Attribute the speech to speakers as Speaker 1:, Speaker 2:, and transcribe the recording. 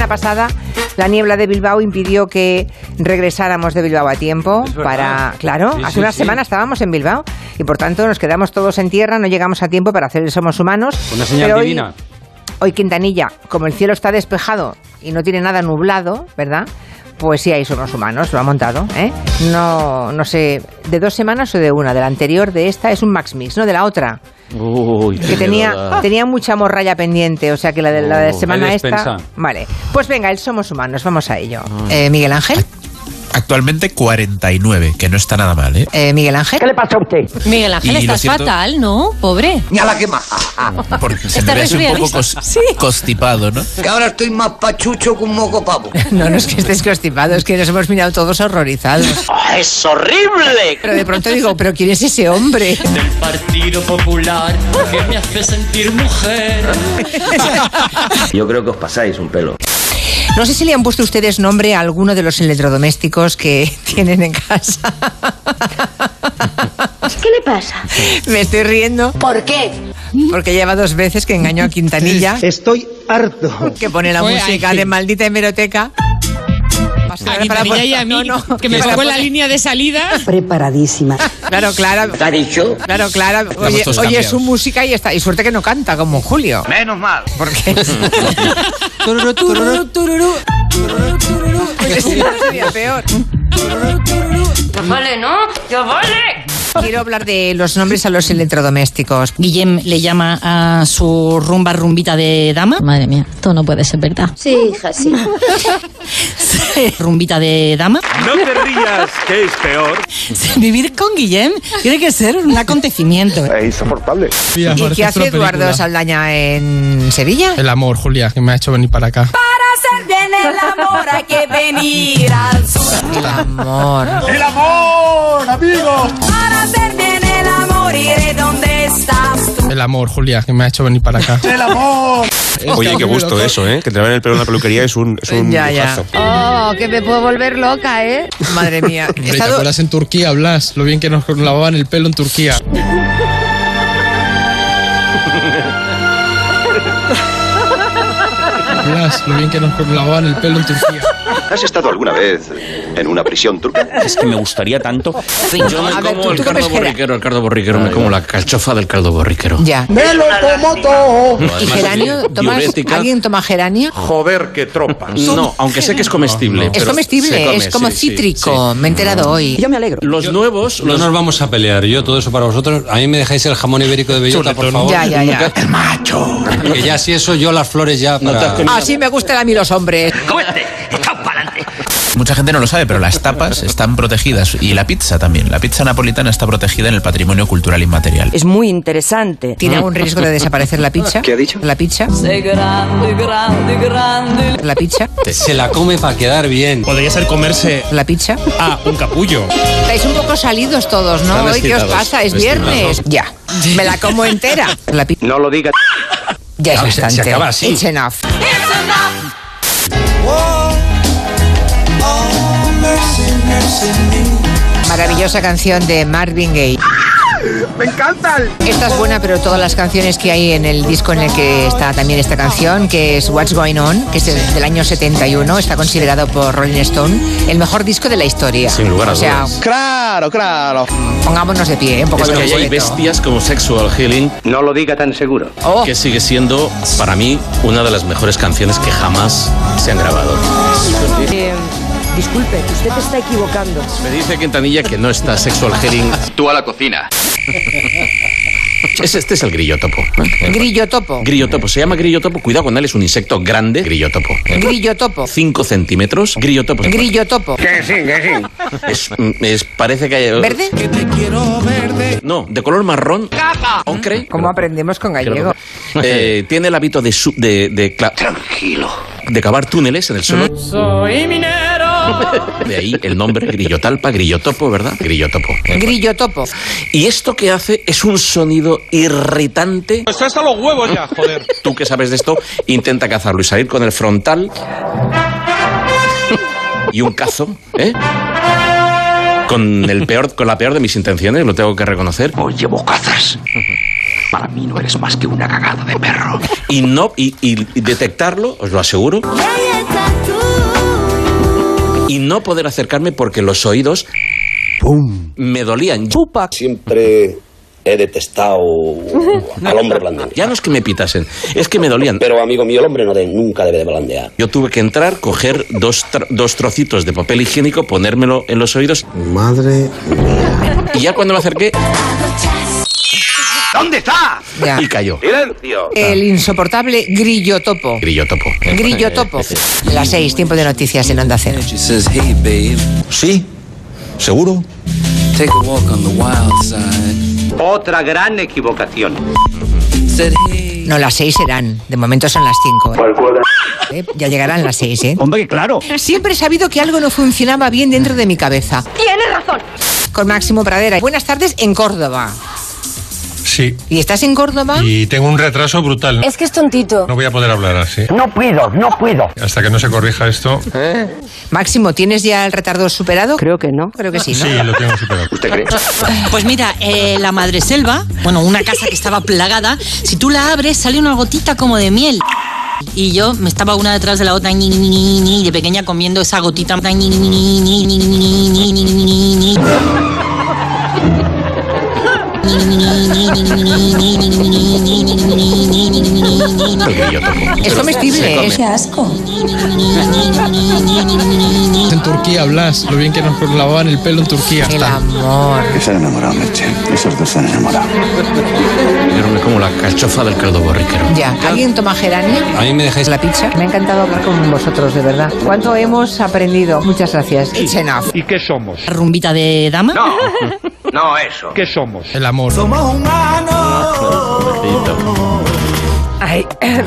Speaker 1: La pasada, la niebla de Bilbao impidió que regresáramos de Bilbao a tiempo
Speaker 2: Es verdad.
Speaker 1: para, claro,
Speaker 2: Sí,
Speaker 1: hace
Speaker 2: sí,
Speaker 1: una
Speaker 2: sí.
Speaker 1: semana estábamos en Bilbao y por tanto nos quedamos todos en tierra, no llegamos a tiempo para hacer el Somos Humanos.
Speaker 2: Una señal
Speaker 1: Pero hoy-
Speaker 2: divina.
Speaker 1: Hoy Quintanilla, como el cielo está despejado y no tiene nada nublado, ¿verdad? Pues sí, ahí somos humanos, lo ha montado. ¿eh? No, no sé, de dos semanas o de una, de la anterior, de esta, es un Max Mix, no de la otra.
Speaker 2: Uy,
Speaker 1: Que tenía, tenía mucha morralla pendiente, o sea que la de la de
Speaker 2: Oh,
Speaker 1: semana
Speaker 2: hay
Speaker 1: esta.
Speaker 2: despensa. Ah.
Speaker 1: Vale, pues venga, el Somos Humanos, vamos a ello. Eh, Miguel Ángel,
Speaker 3: Actualmente 49, que no está nada mal, ¿eh?
Speaker 1: eh, Miguel Ángel.
Speaker 4: Miguel Ángel,
Speaker 3: Y lo
Speaker 4: estás
Speaker 3: cierto-
Speaker 4: fatal, ¿no? Pobre.
Speaker 5: Ni a la que más.
Speaker 3: Porque se
Speaker 4: Ah. Está
Speaker 3: me ve así un poco
Speaker 4: resfriadizo.
Speaker 3: cos-
Speaker 4: Sí.
Speaker 3: constipado, ¿no?
Speaker 5: Que ahora estoy más pachucho que un moco pavo.
Speaker 1: No, no es que estés constipado, es que nos hemos mirado todos horrorizados.
Speaker 6: ¡Ah, ¡Es horrible!
Speaker 1: Pero de pronto digo, ¿pero quién es ese hombre?
Speaker 7: del Partido Popular que me hace sentir mujer.
Speaker 6: Yo creo que os pasáis un pelo.
Speaker 1: No sé si le han puesto ustedes nombre a alguno de los electrodomésticos que tienen en casa.
Speaker 8: Pues, ¿Qué le pasa?
Speaker 1: Me estoy riendo
Speaker 8: ¿Por qué?
Speaker 1: porque lleva dos veces que engañó a Quintanilla. Estoy harto. Que pone la
Speaker 4: Oye,
Speaker 1: música
Speaker 4: ay, sí.
Speaker 1: de maldita hemeroteca.
Speaker 4: A
Speaker 1: Ahora para
Speaker 4: Quintanilla y a
Speaker 1: poner-
Speaker 4: mí,
Speaker 1: no, no,
Speaker 4: que me
Speaker 1: para
Speaker 4: sacó en la
Speaker 1: poner-
Speaker 4: línea de salida.
Speaker 8: Preparadísima.
Speaker 1: Claro, claro.
Speaker 6: ¿Te ha dicho?
Speaker 1: Claro, claro. Oye,
Speaker 3: todos
Speaker 1: oye
Speaker 3: cambiados.
Speaker 1: su música y está. Y suerte que no canta como Julio.
Speaker 6: Menos mal.
Speaker 1: Porque. tururú, tururú, tururú. Tururú, tururú. Oye, sería peor.
Speaker 8: vale, ¿no? ¡Ya vale!
Speaker 1: Quiero hablar de los nombres a los electrodomésticos.
Speaker 4: Guillem le llama a su rumba rumbita de dama. Madre mía, esto no puede ser verdad.
Speaker 8: Sí, hija, sí.
Speaker 4: rumbita de dama.
Speaker 9: No te rías, que es peor.
Speaker 4: Vivir con Guillem tiene que ser un acontecimiento. ¿eh?
Speaker 1: ¿Y qué hace Eduardo Saldaña en Sevilla?
Speaker 10: El amor, Julia, que me ha hecho venir para acá.
Speaker 1: El amor.
Speaker 9: ¡El amor, amigo!
Speaker 10: El amor, Julia, que me ha hecho venir para acá.
Speaker 9: ¡El amor!
Speaker 3: Oye, qué gusto eso, ¿eh? Que te laven el pelo en la peluquería es un, es un
Speaker 1: Ya, ya.
Speaker 3: lujazo.
Speaker 8: Oh, que me puedo volver loca, ¿eh?
Speaker 1: Madre mía. He
Speaker 10: Hombre, ¿Te
Speaker 1: estado-
Speaker 10: acuerdas en Turquía, Blas? Lo bien que nos lavaban el pelo en Turquía. Blas, lo bien que nos lavaban el pelo en Turquía.
Speaker 11: ¿Has estado alguna vez en una prisión turca?
Speaker 2: Es que me gustaría tanto. Yo me
Speaker 1: A ver,
Speaker 2: como
Speaker 1: tú-
Speaker 2: el
Speaker 1: tú
Speaker 2: caldo
Speaker 1: comes que-
Speaker 2: borriquero, el caldo borriquero, me como la calchofa del caldo borriquero.
Speaker 1: Ya.
Speaker 5: ¡Me lo como todo!
Speaker 1: ¿Y
Speaker 2: Además,
Speaker 1: geranio?
Speaker 2: di-
Speaker 1: ¿Tomas-
Speaker 2: diurética.
Speaker 1: ¿Alguien toma geranio?
Speaker 9: Joder, qué tropa.
Speaker 2: No, aunque sé que es comestible.
Speaker 1: Es
Speaker 2: pero
Speaker 1: comestible,
Speaker 2: se come,
Speaker 1: es como
Speaker 2: sí, sí,
Speaker 1: cítrico. Me he enterado hoy.
Speaker 8: Yo me alegro.
Speaker 2: sí. Los nuevos,
Speaker 7: No
Speaker 2: los
Speaker 7: nos vamos a pelear, yo todo eso para vosotros. A mí me dejáis el jamón ibérico de bellota, por favor.
Speaker 1: Ya, ya, ya.
Speaker 7: Que ya si eso, yo las flores ya
Speaker 2: te has
Speaker 7: para...
Speaker 2: comido-
Speaker 1: Así me gustan a mí los hombres.
Speaker 6: ¡Cómete! ¡Echaos para adelante!
Speaker 3: Mucha gente no lo sabe, pero las tapas están protegidas y la pizza también. La pizza napolitana está protegida en el patrimonio cultural inmaterial.
Speaker 8: Es muy interesante.
Speaker 1: ¿Tiene algún riesgo de desaparecer la pizza?
Speaker 11: ¿Qué ha dicho?
Speaker 1: La pizza. La pizza.
Speaker 7: Se la come para quedar bien.
Speaker 10: Podría ser comerse
Speaker 1: La pizza.
Speaker 10: a un capullo.
Speaker 1: Estáis un poco salidos todos, ¿no?
Speaker 2: Están
Speaker 1: Hoy, ¿qué os
Speaker 2: excitados,
Speaker 1: pasa? Es
Speaker 2: excitados.
Speaker 1: viernes. Ya. Me la como entera. La pizza.
Speaker 11: No lo digas.
Speaker 1: Ya es
Speaker 2: Claro, Ah, se- se
Speaker 1: bastante.
Speaker 2: acaba así.
Speaker 1: It's enough. Maravillosa canción de Marvin Gaye.
Speaker 11: ¡Ah!
Speaker 1: ¡Me encantan! Esta es buena, pero todas las canciones que hay en el disco en el que está también esta canción, que es What's Going On, que es del, del año 71, está considerado por Rolling Stone el mejor disco de la historia.
Speaker 2: Sin lugar a
Speaker 1: O sea,
Speaker 2: dudas.
Speaker 11: Claro, claro.
Speaker 1: pongámonos de pie, ¿eh? un poco
Speaker 2: Es
Speaker 1: de
Speaker 2: que ahí hay
Speaker 1: respeto.
Speaker 2: bestias como Sexual Healing,
Speaker 11: No lo diga tan seguro.
Speaker 1: Oh,
Speaker 2: que sigue siendo, para mí, una de las mejores canciones que jamás se han grabado.
Speaker 8: Eh, disculpe, usted está equivocando.
Speaker 2: Me dice Quintanilla que no está Sexual Healing.
Speaker 11: Tú a la cocina.
Speaker 2: Ese- Este es el grillo topo.
Speaker 1: grillo topo.
Speaker 2: Grillo topo, se llama grillo topo, cuidado con él, es un insecto grande, grillo topo.
Speaker 1: Grillo topo.
Speaker 2: 5 centímetros, grillo topo.
Speaker 1: Grillo topo.
Speaker 2: Es, es- parece que hay... eh,
Speaker 1: ¿Verde?
Speaker 2: No, de color marrón. Ocre.
Speaker 1: ¿Cómo aprendemos con
Speaker 2: Creo que-
Speaker 1: gallego?
Speaker 2: Eh, tiene el hábito de, su- de, de cla-
Speaker 11: Tranquilo.
Speaker 2: de cavar túneles en el suelo.
Speaker 1: Mm.
Speaker 2: De ahí el nombre grillotalpa, grillotopo, ¿verdad? Grillotopo.
Speaker 1: Grillo topo.
Speaker 2: Y esto que hace es un sonido irritante.
Speaker 9: Pues Está hasta los huevos ya, joder.
Speaker 2: Tú que sabes de esto, intenta cazarlo y salir con el frontal y un cazo, ¿eh? Con, el peor, con la peor de mis intenciones, lo tengo que reconocer.
Speaker 11: Oye, bocazas. Para mí no eres más que una cagada de perro.
Speaker 2: Y no y, y detectarlo, os lo aseguro, y no poder acercarme porque los oídos me dolían.
Speaker 12: Siempre he detestado al hombre blandeando.
Speaker 2: Ya no es que me pitasen, es que me dolían.
Speaker 12: Pero amigo mío, el hombre no de- nunca debe de blandear.
Speaker 2: Yo tuve que entrar, coger dos, tro- dos trocitos de papel higiénico, ponérmelo en los oídos. Madre mía. Y ya cuando me acerqué.
Speaker 6: ¿Dónde está?
Speaker 2: Y cayó.
Speaker 6: Silencio.
Speaker 1: El insoportable grillotopo.
Speaker 2: Grillotopo.
Speaker 1: Grillotopo. Las seis, tiempo de noticias en Onda Cero.
Speaker 13: Sí, seguro.
Speaker 6: Otra gran equivocación.
Speaker 1: No, las seis serán. De momento son las cinco. ¿eh? Eh, Ya llegarán las seis, ¿eh? Hombre, claro. Siempre he sabido que algo no funcionaba bien dentro de mi cabeza.
Speaker 14: Tienes razón.
Speaker 1: Con Máximo Pradera. Buenas tardes en Córdoba.
Speaker 9: Sí.
Speaker 1: ¿Y estás en Córdoba?
Speaker 9: Y tengo un retraso brutal.
Speaker 1: que es tontito.
Speaker 9: No voy a poder hablar así.
Speaker 1: No puedo, no puedo.
Speaker 9: Hasta que no se corrija esto.
Speaker 1: Máximo, ¿tienes ya el retardo superado? Creo que no. Creo que sí, ¿no?
Speaker 9: Sí, lo tengo superado. ¿Usted cree?
Speaker 4: Pues mira, eh, la madre selva, bueno, una casa que estaba plagada, si tú la abres sale una gotita como de miel. Y yo me estaba una detrás de la otra, ñi, ñi, ñi, ñi, de pequeña comiendo esa gotita. ñi, ñi, ñi, ñi, ñi, ñi, ñi, ñi, ñi, ñi.
Speaker 1: Es comestible, ¿eh?
Speaker 14: asco.
Speaker 10: En Turquía hablas, lo bien que nos lavaban el pelo en Turquía. El
Speaker 1: amor.
Speaker 11: Se han enamorado, Merche. Esos dos se han enamorado.
Speaker 2: Pero me como la cachofa del caldo borriquero.
Speaker 1: Ya, ¿alguien toma gerania?
Speaker 7: A mí me dejáis
Speaker 1: la pizza. Me ha encantado hablar con vosotros, de verdad. ¿Cuánto hemos aprendido? Muchas gracias. It's enough.
Speaker 9: ¿Y qué somos?
Speaker 4: Rumbita de dama.
Speaker 9: No, eso. ¿Qué somos?
Speaker 6: Ah,
Speaker 10: El amor.
Speaker 9: Somos humanos.
Speaker 1: Ay,